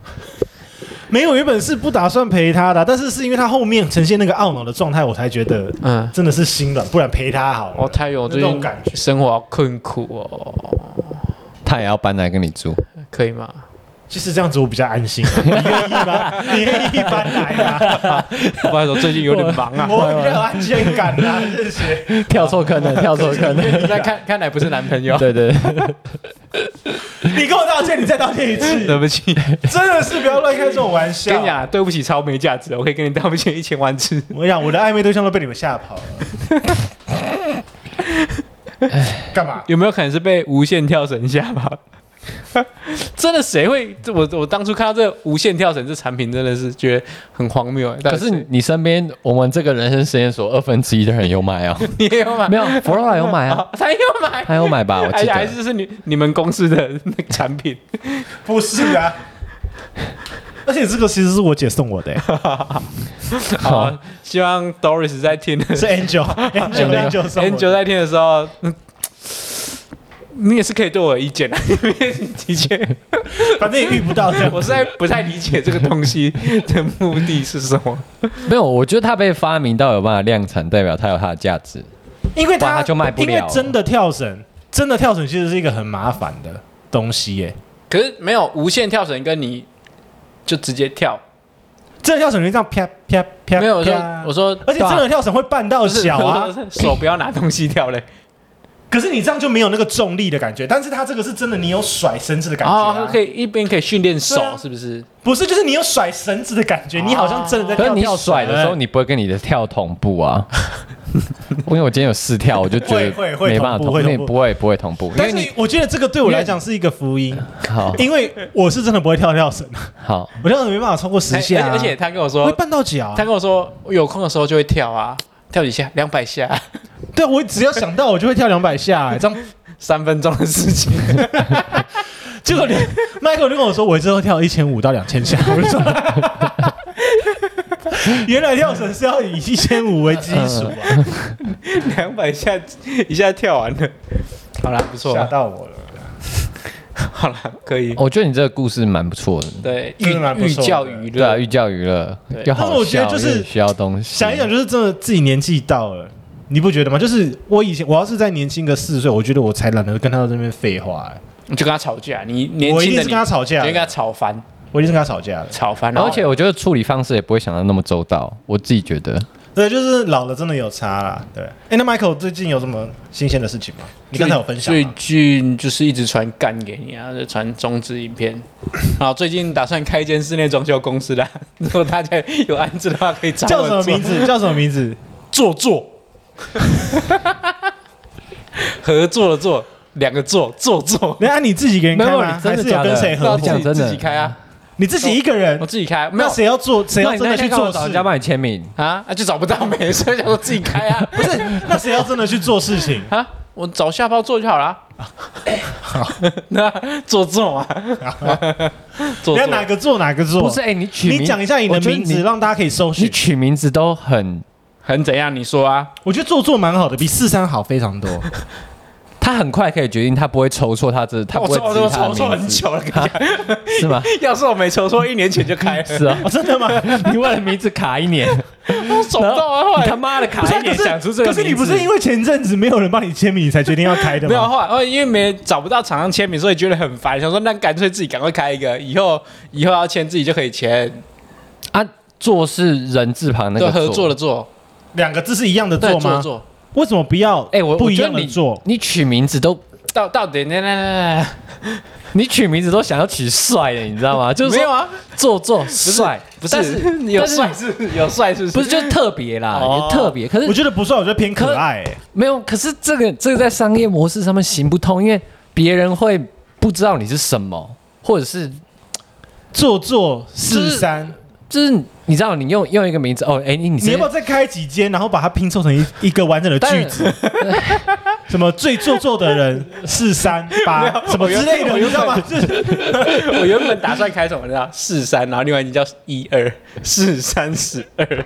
Speaker 3: 没有，原本是不打算陪他的，但是是因为他后面呈现那个懊恼的状态，我才觉得
Speaker 2: 嗯，
Speaker 3: 真的是心软，不然陪他好了。
Speaker 2: 我太有
Speaker 3: 那
Speaker 2: 最
Speaker 3: 种
Speaker 2: 近
Speaker 3: 感觉
Speaker 2: 生活好困苦哦，
Speaker 1: 他也要搬来跟你住，
Speaker 2: 可以吗？
Speaker 3: 其实这样子我比较安心、啊你愿意吗？你愿意搬来 吗？
Speaker 2: 不好意思，我最近有点忙啊。
Speaker 3: 我比较有安全感啊，谢谢。
Speaker 1: 跳错坑 了，跳错 坑了。
Speaker 2: 那看看来不是男朋友，
Speaker 1: 对对，对
Speaker 3: 你跟我道歉，你再道歉一次，
Speaker 2: 对不起，
Speaker 3: 真的是不要乱开这种玩 笑。
Speaker 2: 跟你讲，啊对不起，超没价值，我可以跟你 道歉一千万次。
Speaker 3: 我跟你讲，我的暧昧对象都被你们吓 跑了。干嘛？
Speaker 2: 有没有可能是被无限跳绳吓吧？ 真的谁会？这我我当初看到这无限跳绳这产品，真的是觉得很荒谬欸。
Speaker 1: 可是你身边我们这个人生实验所二分之一的人有买哦，
Speaker 2: 你也有买？
Speaker 1: 没有，佛罗拉有买啊，
Speaker 2: 啊，他也有买，
Speaker 1: 他有买 吧？我
Speaker 2: 而
Speaker 1: 记
Speaker 2: 且还
Speaker 1: 得
Speaker 2: 是是你你们公司的那个产 品，
Speaker 3: 不是啊。而且这个其实是我姐送我的、欸
Speaker 2: 好，希望 Doris 在听 的
Speaker 3: 是 Angel，Angel，Angel 送我的
Speaker 2: Angel 在听的时候，嗯你也是可以对我有意 见的，因为的确，
Speaker 3: 反正也遇不到这样。
Speaker 2: 我实在不太理解这个东西的目的是什么。
Speaker 1: 没有，我觉得它被发明到有办法量产，代表它有它的价值。
Speaker 3: 因为
Speaker 1: 不然
Speaker 3: 它
Speaker 1: 它就卖不了
Speaker 3: 因为真的跳绳，真的跳绳其实是一个很麻烦的东西耶。
Speaker 2: 可是没有无限跳绳，跟你就直接跳，
Speaker 3: 真的跳绳就这样啪啪啪，
Speaker 2: 没有我
Speaker 3: 啪
Speaker 2: 说我说，
Speaker 3: 啊
Speaker 2: 啊
Speaker 3: 而且真的跳绳会绊到
Speaker 2: 不是
Speaker 3: 脚，
Speaker 2: 我
Speaker 3: 啊，
Speaker 2: 说手不要拿东西跳 嘞。
Speaker 3: 可是你这样就没有那个重力的感觉。但是它这个是真的，你有甩绳子的感觉、
Speaker 2: 哦
Speaker 3: 啊，，
Speaker 2: 可以一边可以训练
Speaker 3: 对啊
Speaker 2: 手，是不是？
Speaker 3: 不是就是你有甩绳子的感觉，你好像真的在
Speaker 1: 可是
Speaker 3: 哎跳
Speaker 1: 你
Speaker 3: 跳绳
Speaker 1: 甩的时候，你不会跟你的跳同步啊。因为我今天有四跳，我就觉得
Speaker 3: 会会会
Speaker 1: 没办法
Speaker 3: 同步会
Speaker 1: 因为
Speaker 3: 同步
Speaker 1: 不会不会同步。因
Speaker 3: 但
Speaker 1: 为
Speaker 3: 是
Speaker 1: 你
Speaker 3: 我觉得这个对我来讲是一个福音，
Speaker 1: 好
Speaker 3: 因为哦我是真的不会跳跳绳，
Speaker 1: 好，
Speaker 3: 我跳绳没办法超过
Speaker 2: 而
Speaker 3: 十
Speaker 2: 且
Speaker 3: 下、啊
Speaker 2: 哎而且他跟我
Speaker 3: 会
Speaker 2: 说，
Speaker 3: 绊到脚啊、
Speaker 2: 他跟我说我有空的时候就会跳啊，跳几下，两百下，
Speaker 3: 对，啊我只要想到我就会跳两百下、啊 这样
Speaker 2: 三分钟的事情。
Speaker 3: 结 果你 Michael 就跟我说，我之后跳一千五到两千下，我就说， 原来跳绳是要以一千五为基础 啊，
Speaker 2: 两百下一下跳完了， 好啦，不错
Speaker 3: 吓
Speaker 2: 啦，
Speaker 3: 到我了。
Speaker 2: 好啦，可以。
Speaker 1: 我觉得你这个故事蛮不错的。
Speaker 2: 对，
Speaker 3: 哦真的蛮不
Speaker 2: 寓寓
Speaker 3: 错的
Speaker 2: 教于
Speaker 1: 对啊，
Speaker 2: 乐，
Speaker 1: 寓教于乐
Speaker 2: 对，
Speaker 1: 又好
Speaker 3: 但是我觉得
Speaker 1: 笑
Speaker 3: 就是
Speaker 1: 又需要东西。
Speaker 3: 想一想，就是真的自己年纪到了，你不觉得吗？就是我以前，我要是再年轻个四岁，我觉得我才懒得跟他这边废话、欸
Speaker 2: 你就跟他吵架，你年
Speaker 3: 我一
Speaker 2: 轻
Speaker 3: 定
Speaker 2: 的
Speaker 3: 是
Speaker 2: 你
Speaker 3: 跟他吵架
Speaker 2: 你
Speaker 3: 的
Speaker 2: 就跟他吵翻，
Speaker 3: 我一定是跟他吵架的。
Speaker 2: 吵翻，然后
Speaker 1: 而且我觉得处理方式也不会想的那么周到，我自己觉得。
Speaker 3: 对，就是老了真的有差啦。对，哎、那 Michael 最近有什么新鲜的事情吗？你刚才有分享
Speaker 2: 最
Speaker 3: 吗？
Speaker 2: 近就是一直传干给你啊，就传中资影 片。然后最近打算开一间室内装修公司啦， 如果大家有案子的话，可以找我
Speaker 3: 叫什么
Speaker 2: 做
Speaker 3: 名？字？叫什么 名字？
Speaker 2: 做做， 合作的做，两个做做做，
Speaker 3: 那、啊、你自己一个人开
Speaker 1: 没有
Speaker 3: 吗？
Speaker 1: 你真
Speaker 3: 还
Speaker 1: 的
Speaker 3: 是有
Speaker 1: 假的
Speaker 3: 跟谁哎合
Speaker 1: 我
Speaker 3: 伙
Speaker 1: 讲？真的
Speaker 2: 自己开啊，
Speaker 3: 你自己一个人
Speaker 2: 我？自己开，啊没
Speaker 3: 那
Speaker 2: 有
Speaker 3: 谁要做？谁要
Speaker 1: 那你
Speaker 3: 啊真的
Speaker 1: 那
Speaker 3: 去
Speaker 1: 天干
Speaker 3: 做
Speaker 1: 嘛找人
Speaker 3: 事
Speaker 1: 家？帮你签名，
Speaker 2: 啊，啊就找不到没， 所以想说自己开啊，不是？
Speaker 3: 那谁要真的去做事情
Speaker 2: 啊，我找下包做就好啦。 那做做 啊， 做
Speaker 3: 你
Speaker 2: 做
Speaker 3: 要哪个做哪个做？
Speaker 1: 不是？哎，你取名
Speaker 3: 你讲一下你的
Speaker 1: 我觉得
Speaker 3: 名字，让大家可以搜
Speaker 1: 你
Speaker 3: 寻。
Speaker 1: 取名字都很，
Speaker 2: 很怎样？你说啊，
Speaker 3: 我觉得做做蛮好的，比四三好非常 多。
Speaker 1: 他很快可以决定，他不会抽错他这，他不
Speaker 2: 我
Speaker 1: 会
Speaker 2: 抽我
Speaker 1: 质疑
Speaker 2: 抽
Speaker 1: 他
Speaker 2: 抽抽
Speaker 1: 的
Speaker 2: 很
Speaker 1: 名字，
Speaker 2: 久了， 跟你 讲
Speaker 1: 是 吗？
Speaker 2: 要是我没抽错，一年前就开了，
Speaker 1: 是啊，
Speaker 3: 哦，真的吗？
Speaker 1: 你为了名字卡一年，
Speaker 2: 我手到啊，后
Speaker 1: 你他
Speaker 2: 来
Speaker 1: 妈的
Speaker 3: 不
Speaker 1: 卡
Speaker 3: 是啊，
Speaker 1: 一
Speaker 3: 可
Speaker 1: 年
Speaker 3: 是
Speaker 1: 想出这个
Speaker 3: 可是你
Speaker 1: 名
Speaker 3: 不
Speaker 1: 字
Speaker 3: 是因为前阵子没有人帮你签名，你才决定要开的
Speaker 2: 没有啊
Speaker 3: 吗？
Speaker 2: 后来，后来因为没找不到厂商签名，所以觉得很烦，想说那干脆自己赶快开一个，以后以后要签自己就可以签，
Speaker 1: 啊，做是人字旁那
Speaker 2: 对，
Speaker 1: 个
Speaker 2: 合作的。做，
Speaker 3: 两个字是一样的
Speaker 2: 对
Speaker 3: 做，
Speaker 2: 做
Speaker 3: 吗？
Speaker 2: 做，
Speaker 3: 为什么不要？
Speaker 1: 哎，我
Speaker 3: 不一
Speaker 1: 我觉
Speaker 3: 样
Speaker 1: 得
Speaker 3: 的
Speaker 1: 你
Speaker 3: 做。
Speaker 1: 你取名字都，
Speaker 2: 到到底那那那那，
Speaker 1: 你取名字都想要取帅的，你知道吗？就是
Speaker 2: 没有
Speaker 1: 说
Speaker 2: 啊，
Speaker 1: 做做帅，
Speaker 2: 不
Speaker 1: 但
Speaker 2: 是有
Speaker 1: 但是
Speaker 2: 帅是有帅是不是？
Speaker 1: 不是就是特别啦，
Speaker 2: 哦
Speaker 1: 也特别。可
Speaker 3: 我
Speaker 1: 是
Speaker 3: 觉得不算，我觉得偏可爱、欸。
Speaker 1: 没有，可是这个这个在商业模式上面行不通，因为别人会不知道你是什么，或者是
Speaker 3: 做做
Speaker 1: 就
Speaker 3: 四
Speaker 1: 是
Speaker 3: 三，
Speaker 1: 就是你知道你用用一个名字哦，哎你你
Speaker 3: 你要
Speaker 1: 是
Speaker 3: 不要再开几间，然后把它拼凑成一一个完整的句子？什么最做作的人是三八什么之类的，你知道吗？就是
Speaker 2: 我原本打算开什么，你知道，四三，然后另外一集叫一二四三十二，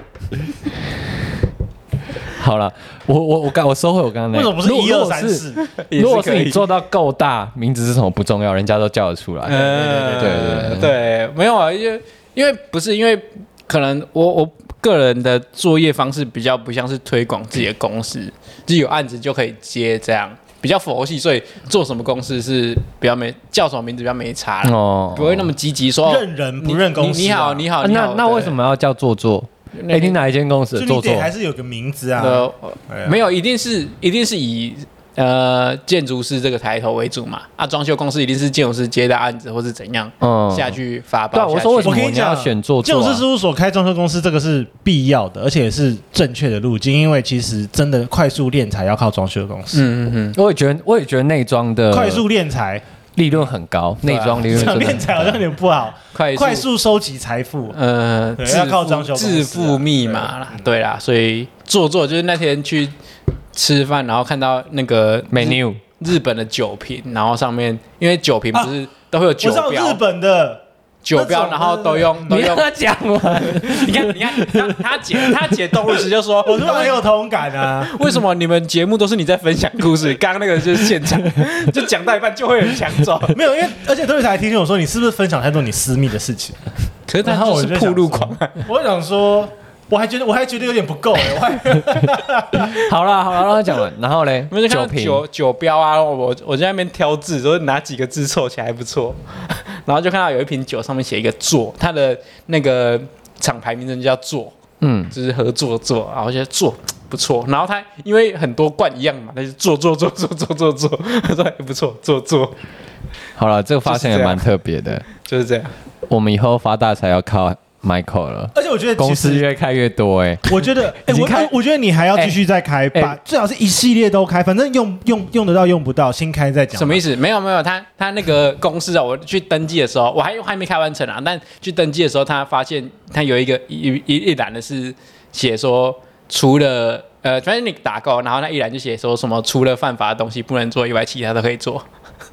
Speaker 1: 好了，我我我刚我收回我刚刚那
Speaker 3: 为
Speaker 1: 个，
Speaker 3: 什么不是
Speaker 1: 如果
Speaker 3: 一二三？
Speaker 1: 如果是
Speaker 3: 四？
Speaker 2: 也
Speaker 1: 如果
Speaker 2: 可
Speaker 1: 是你
Speaker 2: 以。
Speaker 1: 做到够大，名字是什么不重要，人家都叫得出来。
Speaker 2: 嗯，
Speaker 1: 对对对对
Speaker 2: 对，没有啊，因为因为不是因为可能我我个人的作业方式比较不像是推广自己的公司，就有案子就可以接这样，比较佛系，所以做什么公司是比较没叫什么名字比较没差
Speaker 3: 呃
Speaker 2: 啦，
Speaker 1: 哦
Speaker 2: 不会那么积极说
Speaker 3: 认人不认公司啊
Speaker 2: 你你你好，你
Speaker 1: 啊
Speaker 2: 好，你
Speaker 1: 那
Speaker 2: 好。
Speaker 1: 那
Speaker 2: 对
Speaker 1: 为什？么要叫做作？
Speaker 2: 那
Speaker 1: 哎，你哪一间公司
Speaker 3: 就
Speaker 1: 的
Speaker 3: 你
Speaker 1: 做作
Speaker 3: 得？还是有个名字啊。
Speaker 2: 呃，
Speaker 3: 哎呀
Speaker 2: 没有，一定是一定是以呃建筑师这个抬头为主嘛。啊，装修公司一定是建筑师接到案子或是怎样、
Speaker 1: 嗯
Speaker 2: 下去发
Speaker 1: 对啊，
Speaker 2: 包。
Speaker 1: 我说为什
Speaker 2: 下去
Speaker 1: 么
Speaker 3: 我跟你
Speaker 1: 你要
Speaker 3: 讲
Speaker 1: 选做
Speaker 3: 建
Speaker 1: 作
Speaker 3: 筑
Speaker 1: 啊？
Speaker 3: 师事务所开装修公司，这个是必要的，而且也是正确的路径，因为其实真的快速练才要靠装修公
Speaker 2: 嗯
Speaker 3: 司，
Speaker 2: 嗯嗯，
Speaker 1: 我也觉得，我也觉得内装的
Speaker 3: 快速练财，
Speaker 1: 利润很高，内装利润
Speaker 3: 场
Speaker 1: 真的
Speaker 3: 面
Speaker 1: 很
Speaker 3: 财好像有点不好，
Speaker 2: 快
Speaker 3: 快速收集财富，
Speaker 2: 呃，
Speaker 3: 对
Speaker 2: 致
Speaker 3: 要靠
Speaker 2: 富
Speaker 3: 装修公司啊
Speaker 2: 致富密码啦，对啦，所以做做就是那天去吃饭，然后看到那个日
Speaker 1: menu
Speaker 2: 日本的酒瓶，然后上面因为酒瓶不是都会有
Speaker 3: 我
Speaker 2: 酒
Speaker 3: 知道日
Speaker 2: 标，
Speaker 3: 本的
Speaker 2: 酒
Speaker 3: 那
Speaker 2: 标
Speaker 3: 种
Speaker 2: 然后都用都
Speaker 1: 你
Speaker 2: 用
Speaker 1: 让他讲完，
Speaker 2: 你看，你看，他他姐他姐动物时就说，
Speaker 3: 我突然很有同感啊！
Speaker 2: 为什么你们节目都是你在分享故事？刚刚那个就是现场，就讲到一半就会有人抢走。
Speaker 3: 没有，因为而且特别才提醒我说，你是不是分享太多你私密的事情？
Speaker 2: 可是
Speaker 3: 然
Speaker 2: 他就
Speaker 3: 后我
Speaker 2: 是
Speaker 3: 就
Speaker 2: 铺
Speaker 3: 想
Speaker 2: 路
Speaker 3: 说
Speaker 2: 狂，，啊
Speaker 3: 我想说，我还觉得我还觉得有点不够、欸，我还，
Speaker 1: 好啦好啦，让他讲完。然后嘞
Speaker 2: 我们就，看
Speaker 1: 酒
Speaker 2: 到
Speaker 1: 瓶
Speaker 2: 酒酒标啊，我我就在那边挑字，说哪几个字凑起来还不错，然后就看到有一瓶酒上面写一个“座”，它的那个厂牌名称就叫“座”，
Speaker 1: 嗯，
Speaker 2: 就是合作做，然后就做不错。然后他因为很多罐一样嘛，他就做做做做做做做，他说哎不错，做做
Speaker 1: 好了，这个发现也
Speaker 2: 就是这样
Speaker 1: 蛮特别的。
Speaker 2: 就是这样。
Speaker 1: 我们以后发大财要靠 Michael 了
Speaker 3: 而且我觉得其
Speaker 1: 公司
Speaker 3: 实
Speaker 1: 越开越多哎、
Speaker 3: 我觉 得，
Speaker 1: 已
Speaker 3: 哎、
Speaker 1: 经
Speaker 3: 我
Speaker 1: 开
Speaker 3: 我我觉得你还要继续再开吧，
Speaker 1: 哎
Speaker 3: 最好是一系列都开，反正用用用得到用不到，新开再讲。
Speaker 2: 什么意思？没有没有，他他那个公司啊，我去登记的时候，我还还没开完成啊，但去登记的时候，他发现他有一个一一一栏的是写说，除了呃，反正你打勾，然后那一栏就写说什么除了犯法的东西不能做以外，其他都可以做。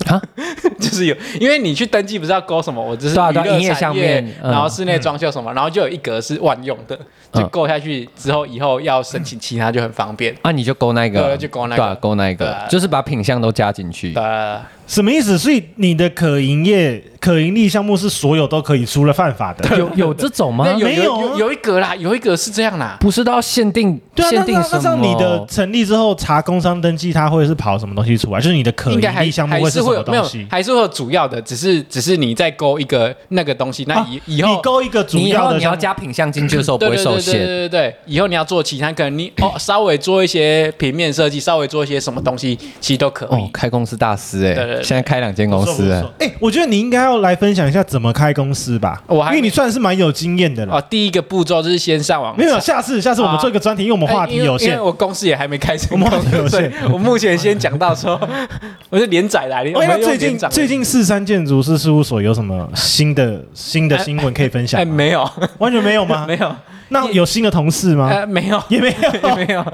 Speaker 1: 啊，
Speaker 2: 就是有，因为你去登记不是要勾什么，我只是
Speaker 1: 对啊
Speaker 2: 娱
Speaker 1: 对啊
Speaker 2: 乐
Speaker 1: 营业
Speaker 2: 产
Speaker 1: 上
Speaker 2: 业
Speaker 1: 面，嗯
Speaker 2: 然后室内装修什么，然后就有一格是万用的，就
Speaker 1: 嗯
Speaker 2: 勾下去之后，以后要申请其他就很方便。
Speaker 1: 啊，你就勾那个，
Speaker 2: 对就勾那个
Speaker 1: 对啊勾那
Speaker 2: 对
Speaker 1: 个
Speaker 2: 啊，
Speaker 1: 就是把品相都加进去。
Speaker 2: 呃，
Speaker 1: 嗯
Speaker 3: 什么意思？所以你的可营业、可盈利项目是所有都可以，除了犯法的。
Speaker 1: 有有这种吗
Speaker 2: 那？有
Speaker 3: 没啊有啊
Speaker 2: 有有一格啦，有一格是这样啦。
Speaker 1: 不是都要限定？
Speaker 3: 对啊，那
Speaker 1: 限定
Speaker 3: 那
Speaker 1: 什
Speaker 3: 那
Speaker 1: 么？
Speaker 3: 像你的成立之后查工商登记，它会是跑什么东西出来？就是你的可
Speaker 2: 应该
Speaker 3: 盈
Speaker 2: 还
Speaker 3: 利项目
Speaker 2: 还
Speaker 3: 是
Speaker 2: 是
Speaker 3: 什
Speaker 2: 会
Speaker 3: 么
Speaker 2: 有没有
Speaker 3: 东西？
Speaker 2: 还是会有主要的，只是只是你再勾一个那个东西，那
Speaker 3: 啊
Speaker 2: 以、以
Speaker 3: 你
Speaker 2: 后
Speaker 3: 勾一个主
Speaker 1: 你以
Speaker 3: 要
Speaker 1: 后
Speaker 3: 的
Speaker 1: 你要
Speaker 3: 项目，
Speaker 1: 加品相进去的时候不
Speaker 2: 对
Speaker 1: 会
Speaker 2: 对
Speaker 1: 受
Speaker 2: 对对对
Speaker 1: 限。
Speaker 2: 对对，以后你要做其他，可能你哦稍微做一些平面设计，稍微做一些什么东西，其实都可以。
Speaker 1: 哦，开公司大师哎
Speaker 2: 对对，对
Speaker 1: 现在开两间公
Speaker 3: 不错
Speaker 1: 司
Speaker 3: 不
Speaker 1: 哎
Speaker 3: 错。哎、我觉得你应该要来分享一下怎么开公司吧，
Speaker 2: 我还
Speaker 3: 因为你算是蛮有经验的了。
Speaker 2: 哦，第一个步骤就是先上网查，
Speaker 3: 没有，下次下次我们做一个专题，因为我们话题
Speaker 2: 哎因为
Speaker 3: 有
Speaker 2: 因
Speaker 3: 限
Speaker 2: 为。我公司也还没开成
Speaker 3: 我
Speaker 2: 功，
Speaker 3: 们话题有
Speaker 2: 所以
Speaker 3: 限
Speaker 2: 我目前先讲到说，我是连载来的，
Speaker 3: 哦
Speaker 2: 我
Speaker 3: 那
Speaker 2: 们用
Speaker 3: 最近
Speaker 2: 连载哎
Speaker 3: 最近四三建筑师事务所有什么新的新的新闻可以分享
Speaker 2: 哎
Speaker 3: 吗？
Speaker 2: 没有
Speaker 3: 完全没有吗
Speaker 2: 没？有
Speaker 3: 那有新的同事吗？
Speaker 2: 呃没有
Speaker 3: 也没啊有。
Speaker 2: 也没有，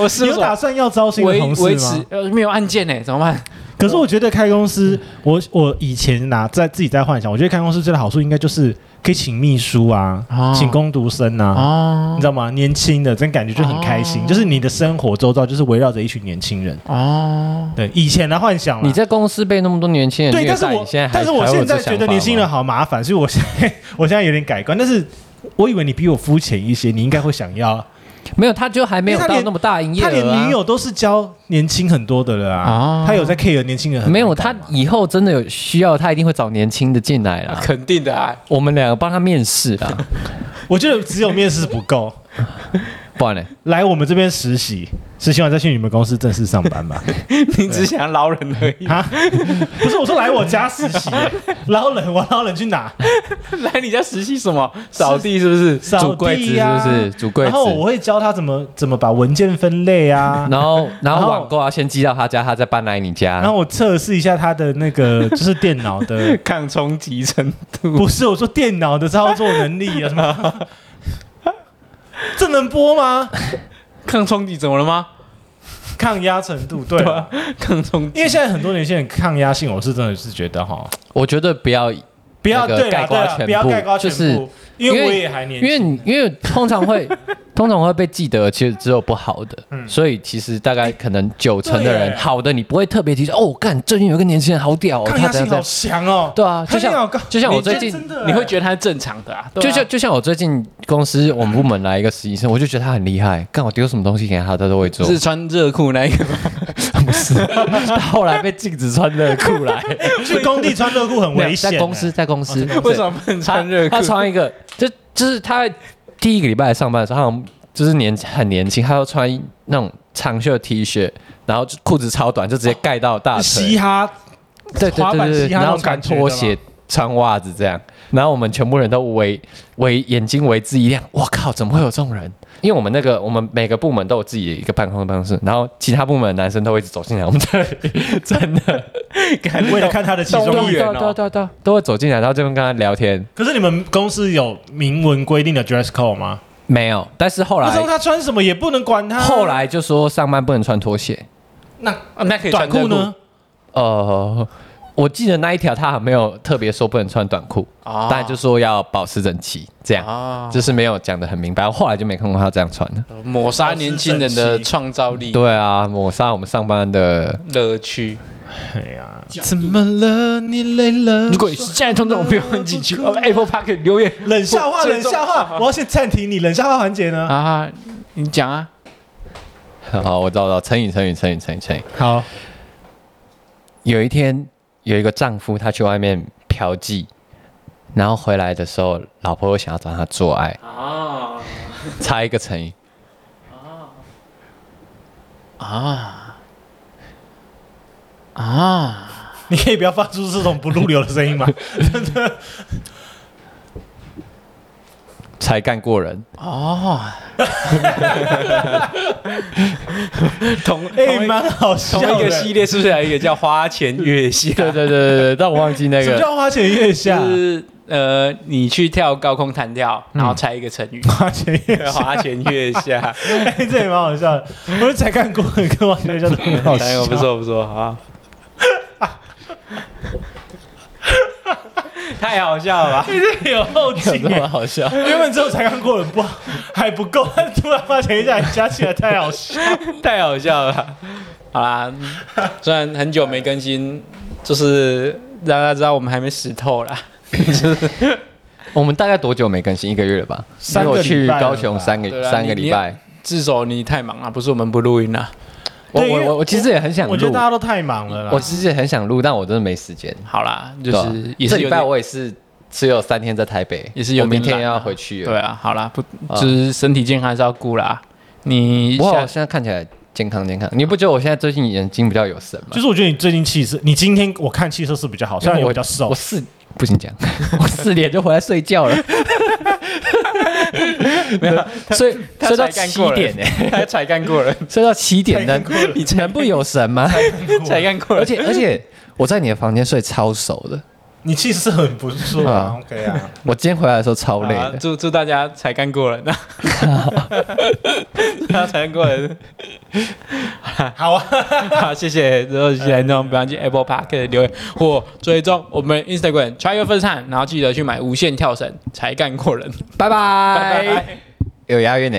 Speaker 2: 我是
Speaker 3: 有打算要招新的
Speaker 2: 维
Speaker 3: 同事
Speaker 2: 维持
Speaker 3: 吗？
Speaker 2: 呃没有按键呢，怎么办？
Speaker 3: 可是我觉得开公司，我我以前拿在自己在幻想，我觉得开公司最大好处应该就是可以请秘书啊，
Speaker 2: 哦
Speaker 3: 请工读生啊，
Speaker 2: 哦
Speaker 3: 你知道吗？年轻的真感觉就很开心，
Speaker 2: 哦
Speaker 3: 就是你的生活周遭就是围绕着一群年轻人。
Speaker 2: 哦，
Speaker 3: 对，以前的幻想啦，
Speaker 1: 你在公司被那么多年轻人
Speaker 3: 对，
Speaker 1: 虐
Speaker 3: 但是
Speaker 1: 待，
Speaker 3: 我
Speaker 1: 你现在还
Speaker 3: 但是我
Speaker 1: 还会有
Speaker 3: 现
Speaker 1: 这
Speaker 3: 在觉
Speaker 1: 想法
Speaker 3: 得年轻
Speaker 1: 吗
Speaker 3: 人好麻烦，所以我现在我现在有点改观。但是我以为你比我肤浅一些，你应该会 想要。
Speaker 1: 没有，他就还没有
Speaker 3: 因为他
Speaker 1: 到
Speaker 3: 连
Speaker 1: 那么大营业
Speaker 3: 他连
Speaker 1: 额啊
Speaker 3: 女友都是教年轻很多的了啊
Speaker 2: 哦，
Speaker 3: 他有在 care 年轻人很
Speaker 1: 没有，
Speaker 3: 敏感
Speaker 1: 他
Speaker 3: 吗
Speaker 1: 以后真的有需要，他一定会找年轻的进来啦。
Speaker 2: 肯定的啊，
Speaker 1: 我们两个帮他面试啦，
Speaker 3: 我觉得只有面试不够，
Speaker 1: 不然呢？
Speaker 3: 来我们这边实习，实习完再去你们公司正式上班 吧。
Speaker 2: 你只想捞人而 已。
Speaker 3: 啊， 不是我说来我家实习， 捞人我捞人去哪？
Speaker 2: 来你家实习什么？扫地是不是？
Speaker 3: 扫
Speaker 1: 主柜子
Speaker 3: 地呀
Speaker 1: 是不是主柜子
Speaker 3: 然后我会教他怎么怎么把文件分类啊，
Speaker 1: 然后，然
Speaker 3: 然
Speaker 1: 后
Speaker 3: 后
Speaker 1: 网购要先寄到他家，他再搬来你家。
Speaker 3: 然后我测试一下他的那 个就是电脑的，
Speaker 2: 抗冲击程度，
Speaker 3: 不是我说电脑的操作能力啊什么。 这能播吗？
Speaker 2: 抗冲击怎么了吗？
Speaker 3: 抗压程度，对
Speaker 2: 对
Speaker 3: 啊
Speaker 2: 啊，更重
Speaker 3: 因为现在很多年轻人抗压性，我是真的是觉得哈，
Speaker 1: 我觉得不要，因
Speaker 3: 不要
Speaker 1: 那个
Speaker 3: 对
Speaker 1: 盖
Speaker 3: 啊对
Speaker 1: 瓜
Speaker 3: 啊
Speaker 1: 全，
Speaker 3: 不要
Speaker 1: 部
Speaker 3: 盖瓜
Speaker 1: 就
Speaker 3: 全
Speaker 1: 是
Speaker 3: 部，因
Speaker 1: 因
Speaker 3: 为
Speaker 1: 为
Speaker 3: 我也还年轻，
Speaker 1: 为你因为通常 会通常会被记得，其实只有不好的，
Speaker 3: 嗯
Speaker 1: 所以其实大概可能九成的
Speaker 3: 对耶
Speaker 1: 人，好的你不会特别提起哦，干最近有一个年轻人好屌、哦，
Speaker 3: 抗
Speaker 1: 他
Speaker 3: 压
Speaker 1: 怎
Speaker 3: 性
Speaker 1: 样怎
Speaker 3: 好
Speaker 1: 样，
Speaker 3: 强哦，
Speaker 1: 对啊，就
Speaker 3: 抗压
Speaker 1: 像
Speaker 3: 好高
Speaker 1: 就像我最
Speaker 3: 你
Speaker 1: 近
Speaker 3: 这真的
Speaker 4: 你会
Speaker 3: 得
Speaker 4: 觉得它是正常的啊，对啊
Speaker 1: 就像就像我最近公司我们部门来一个实习生，我就觉得他很厉害，干我丢什么东西给他，他都会
Speaker 2: 啊
Speaker 1: 做。
Speaker 4: 是穿热裤那一个吗，
Speaker 1: 不是？ 他后来被禁止穿热裤来，
Speaker 3: 去工地穿热裤很危险欸，
Speaker 1: 在公司在公司
Speaker 2: 为什么不能穿热裤
Speaker 1: 他？穿一个，就就是他第一个礼拜来上班的时候，他好像就是年很年轻，他要穿那种长袖 T 恤，然后就裤子超短，就直接盖到大
Speaker 3: 嘻
Speaker 1: 腿，
Speaker 3: 哈
Speaker 1: 对对
Speaker 3: 滑板
Speaker 1: 对对
Speaker 3: 嘻
Speaker 1: 对，
Speaker 3: 哈那
Speaker 1: 然后
Speaker 3: 种感
Speaker 1: 穿
Speaker 3: 觉
Speaker 1: 拖
Speaker 3: 的吧
Speaker 1: 鞋。穿袜子这样，然后我们全部人都为为眼睛为之一亮。我靠，怎么会有这种人？因为我们那个我们每个部门都有自己的一个办公办公室，然后其他部门的男生都会一直走进来我们这里，真的。
Speaker 3: 哎为了看他的 其
Speaker 2: 动
Speaker 3: 中
Speaker 2: 物
Speaker 3: 一
Speaker 2: 园
Speaker 3: 员
Speaker 2: 哦
Speaker 1: 对对对，都会走进来，然后就跟跟他聊天。
Speaker 3: 可是你们公司有明文规定的 dress code 吗？
Speaker 1: 没有，但是后
Speaker 3: 不
Speaker 1: 来
Speaker 3: 知道他穿什么也不能管他。
Speaker 1: 后来就说上班不能穿拖鞋。
Speaker 3: 那
Speaker 2: 啊那可以
Speaker 3: 短
Speaker 2: 穿热
Speaker 3: 裤呢？
Speaker 1: 呃，我记得那一条他还没有特别说不能穿短裤，
Speaker 2: 啊
Speaker 1: 但就说要保持整齐，这样、
Speaker 2: 啊，
Speaker 1: 就是没有讲的很明白。我后来就没看过他这样穿了。
Speaker 3: 嗯
Speaker 4: 抹杀年轻人
Speaker 2: 哦
Speaker 4: 的创造力
Speaker 1: 对啊，抹杀我们上班的。
Speaker 2: 乐趣。
Speaker 3: 哎呀，怎么了？你累了？
Speaker 4: 如果你是现在听众，不用进 去哦 Apple Park 留言
Speaker 3: 冷笑话，
Speaker 2: 我
Speaker 3: 冷笑 话，我要先暂停你冷笑话环节呢。
Speaker 4: 啊，你讲啊，
Speaker 3: 嗯
Speaker 1: 好，我知道，我知道，成语，成语，成语，成语，成语。
Speaker 3: 好，
Speaker 1: 有一天，有一个丈夫他去外面嫖妓，然后回来的时候，老婆又想要找他做爱。
Speaker 4: 啊
Speaker 1: 猜一个成语。
Speaker 4: 啊啊！
Speaker 3: 你可以不要发出这种不入流的声 音吗？
Speaker 1: 才干过人，
Speaker 3: 啊
Speaker 4: 哦，
Speaker 2: 同
Speaker 3: 哎，蛮好笑
Speaker 2: 同一个系
Speaker 3: 的。
Speaker 2: 列是不是还有一个叫花前月下？
Speaker 1: 对对对对对，但我忘 记那
Speaker 3: 什么
Speaker 1: 个
Speaker 3: 叫花前月 下，
Speaker 2: 就？是呃，你去跳高空弹跳，然后猜一个成语
Speaker 3: 花前月下，
Speaker 2: 花前月下。
Speaker 3: 哎，这也蛮好笑的。我才看过跟花前月下都很好
Speaker 2: 哎
Speaker 3: 笑
Speaker 2: 呦，。不错不错，好。 太好笑了吧！
Speaker 3: 有后
Speaker 1: 有
Speaker 3: 劲
Speaker 1: 这
Speaker 3: 哎
Speaker 1: 么好笑？
Speaker 3: 原本只有才刚过很不好，还不够， 但突然发现一下加起来太好笑。
Speaker 2: 太好笑了吧。好啦，虽然很久没更新，就是让大家知道我们还没死透 啦。
Speaker 1: 我们大概多久没更新？一个月了吧？
Speaker 3: 三
Speaker 1: 因为
Speaker 3: 个
Speaker 1: 我
Speaker 3: 礼
Speaker 1: 去
Speaker 3: 拜了吧
Speaker 1: 高雄三个
Speaker 2: 对啊
Speaker 1: 三个礼拜，
Speaker 2: 至少你太忙啊了，不是我们不录音啦。
Speaker 1: 我
Speaker 3: 对因
Speaker 1: 我
Speaker 3: 为
Speaker 1: 我我其实也很想
Speaker 3: 我觉得
Speaker 1: 录
Speaker 3: 大，家都太忙了啦。
Speaker 1: 我其实也很想录，但我真的没时间。
Speaker 2: 好啦，就
Speaker 1: 对啊
Speaker 2: 是也
Speaker 1: 这
Speaker 2: 是
Speaker 1: 礼
Speaker 2: 有
Speaker 1: 拜
Speaker 2: 点
Speaker 1: 我也是只有三天在台北，
Speaker 2: 也是有
Speaker 1: 我明
Speaker 2: 点
Speaker 1: 天
Speaker 2: 懒啊
Speaker 1: 要回去了。
Speaker 2: 对啊，好啦，不
Speaker 1: 啊
Speaker 2: 就是身体健康还是要顾啦。你
Speaker 1: 不过
Speaker 2: 下
Speaker 1: 我现在看起来健康健康，你不觉得我现在最近眼睛比较有神吗
Speaker 3: 就？是我觉得你最近气色，你今天我看气色是比较好，虽然
Speaker 1: 因为
Speaker 3: 有
Speaker 1: 我
Speaker 3: 比较瘦
Speaker 1: 我，四不行讲， 我四点就回来睡觉了。没有，睡
Speaker 2: 他
Speaker 1: 睡到
Speaker 2: 才干
Speaker 1: 七
Speaker 2: 过
Speaker 1: 点
Speaker 2: 人
Speaker 1: 呢、，
Speaker 2: 他才干过人，
Speaker 1: 睡到七点能
Speaker 3: 太难过了
Speaker 1: 你能不有神吗？
Speaker 2: 才干过
Speaker 1: 而
Speaker 2: 人。
Speaker 1: 且而且我在你的房间睡超熟的，
Speaker 3: 你气色很不错啊
Speaker 1: 啊。
Speaker 3: OK 啊，
Speaker 1: 我今天回来的时候超累
Speaker 2: 啊
Speaker 1: 的。
Speaker 2: 祝祝大家才干过 人，大家才干过人。
Speaker 3: 好啊，
Speaker 2: 好，谢谢，然后谢谢听众，不要忘记 Apple Park 留言或追踪我们 Instagram Try Your First Time，然后记得去买无线跳绳，才干过人，拜
Speaker 1: 拜拜，
Speaker 2: 拜。
Speaker 1: 有押韵呢、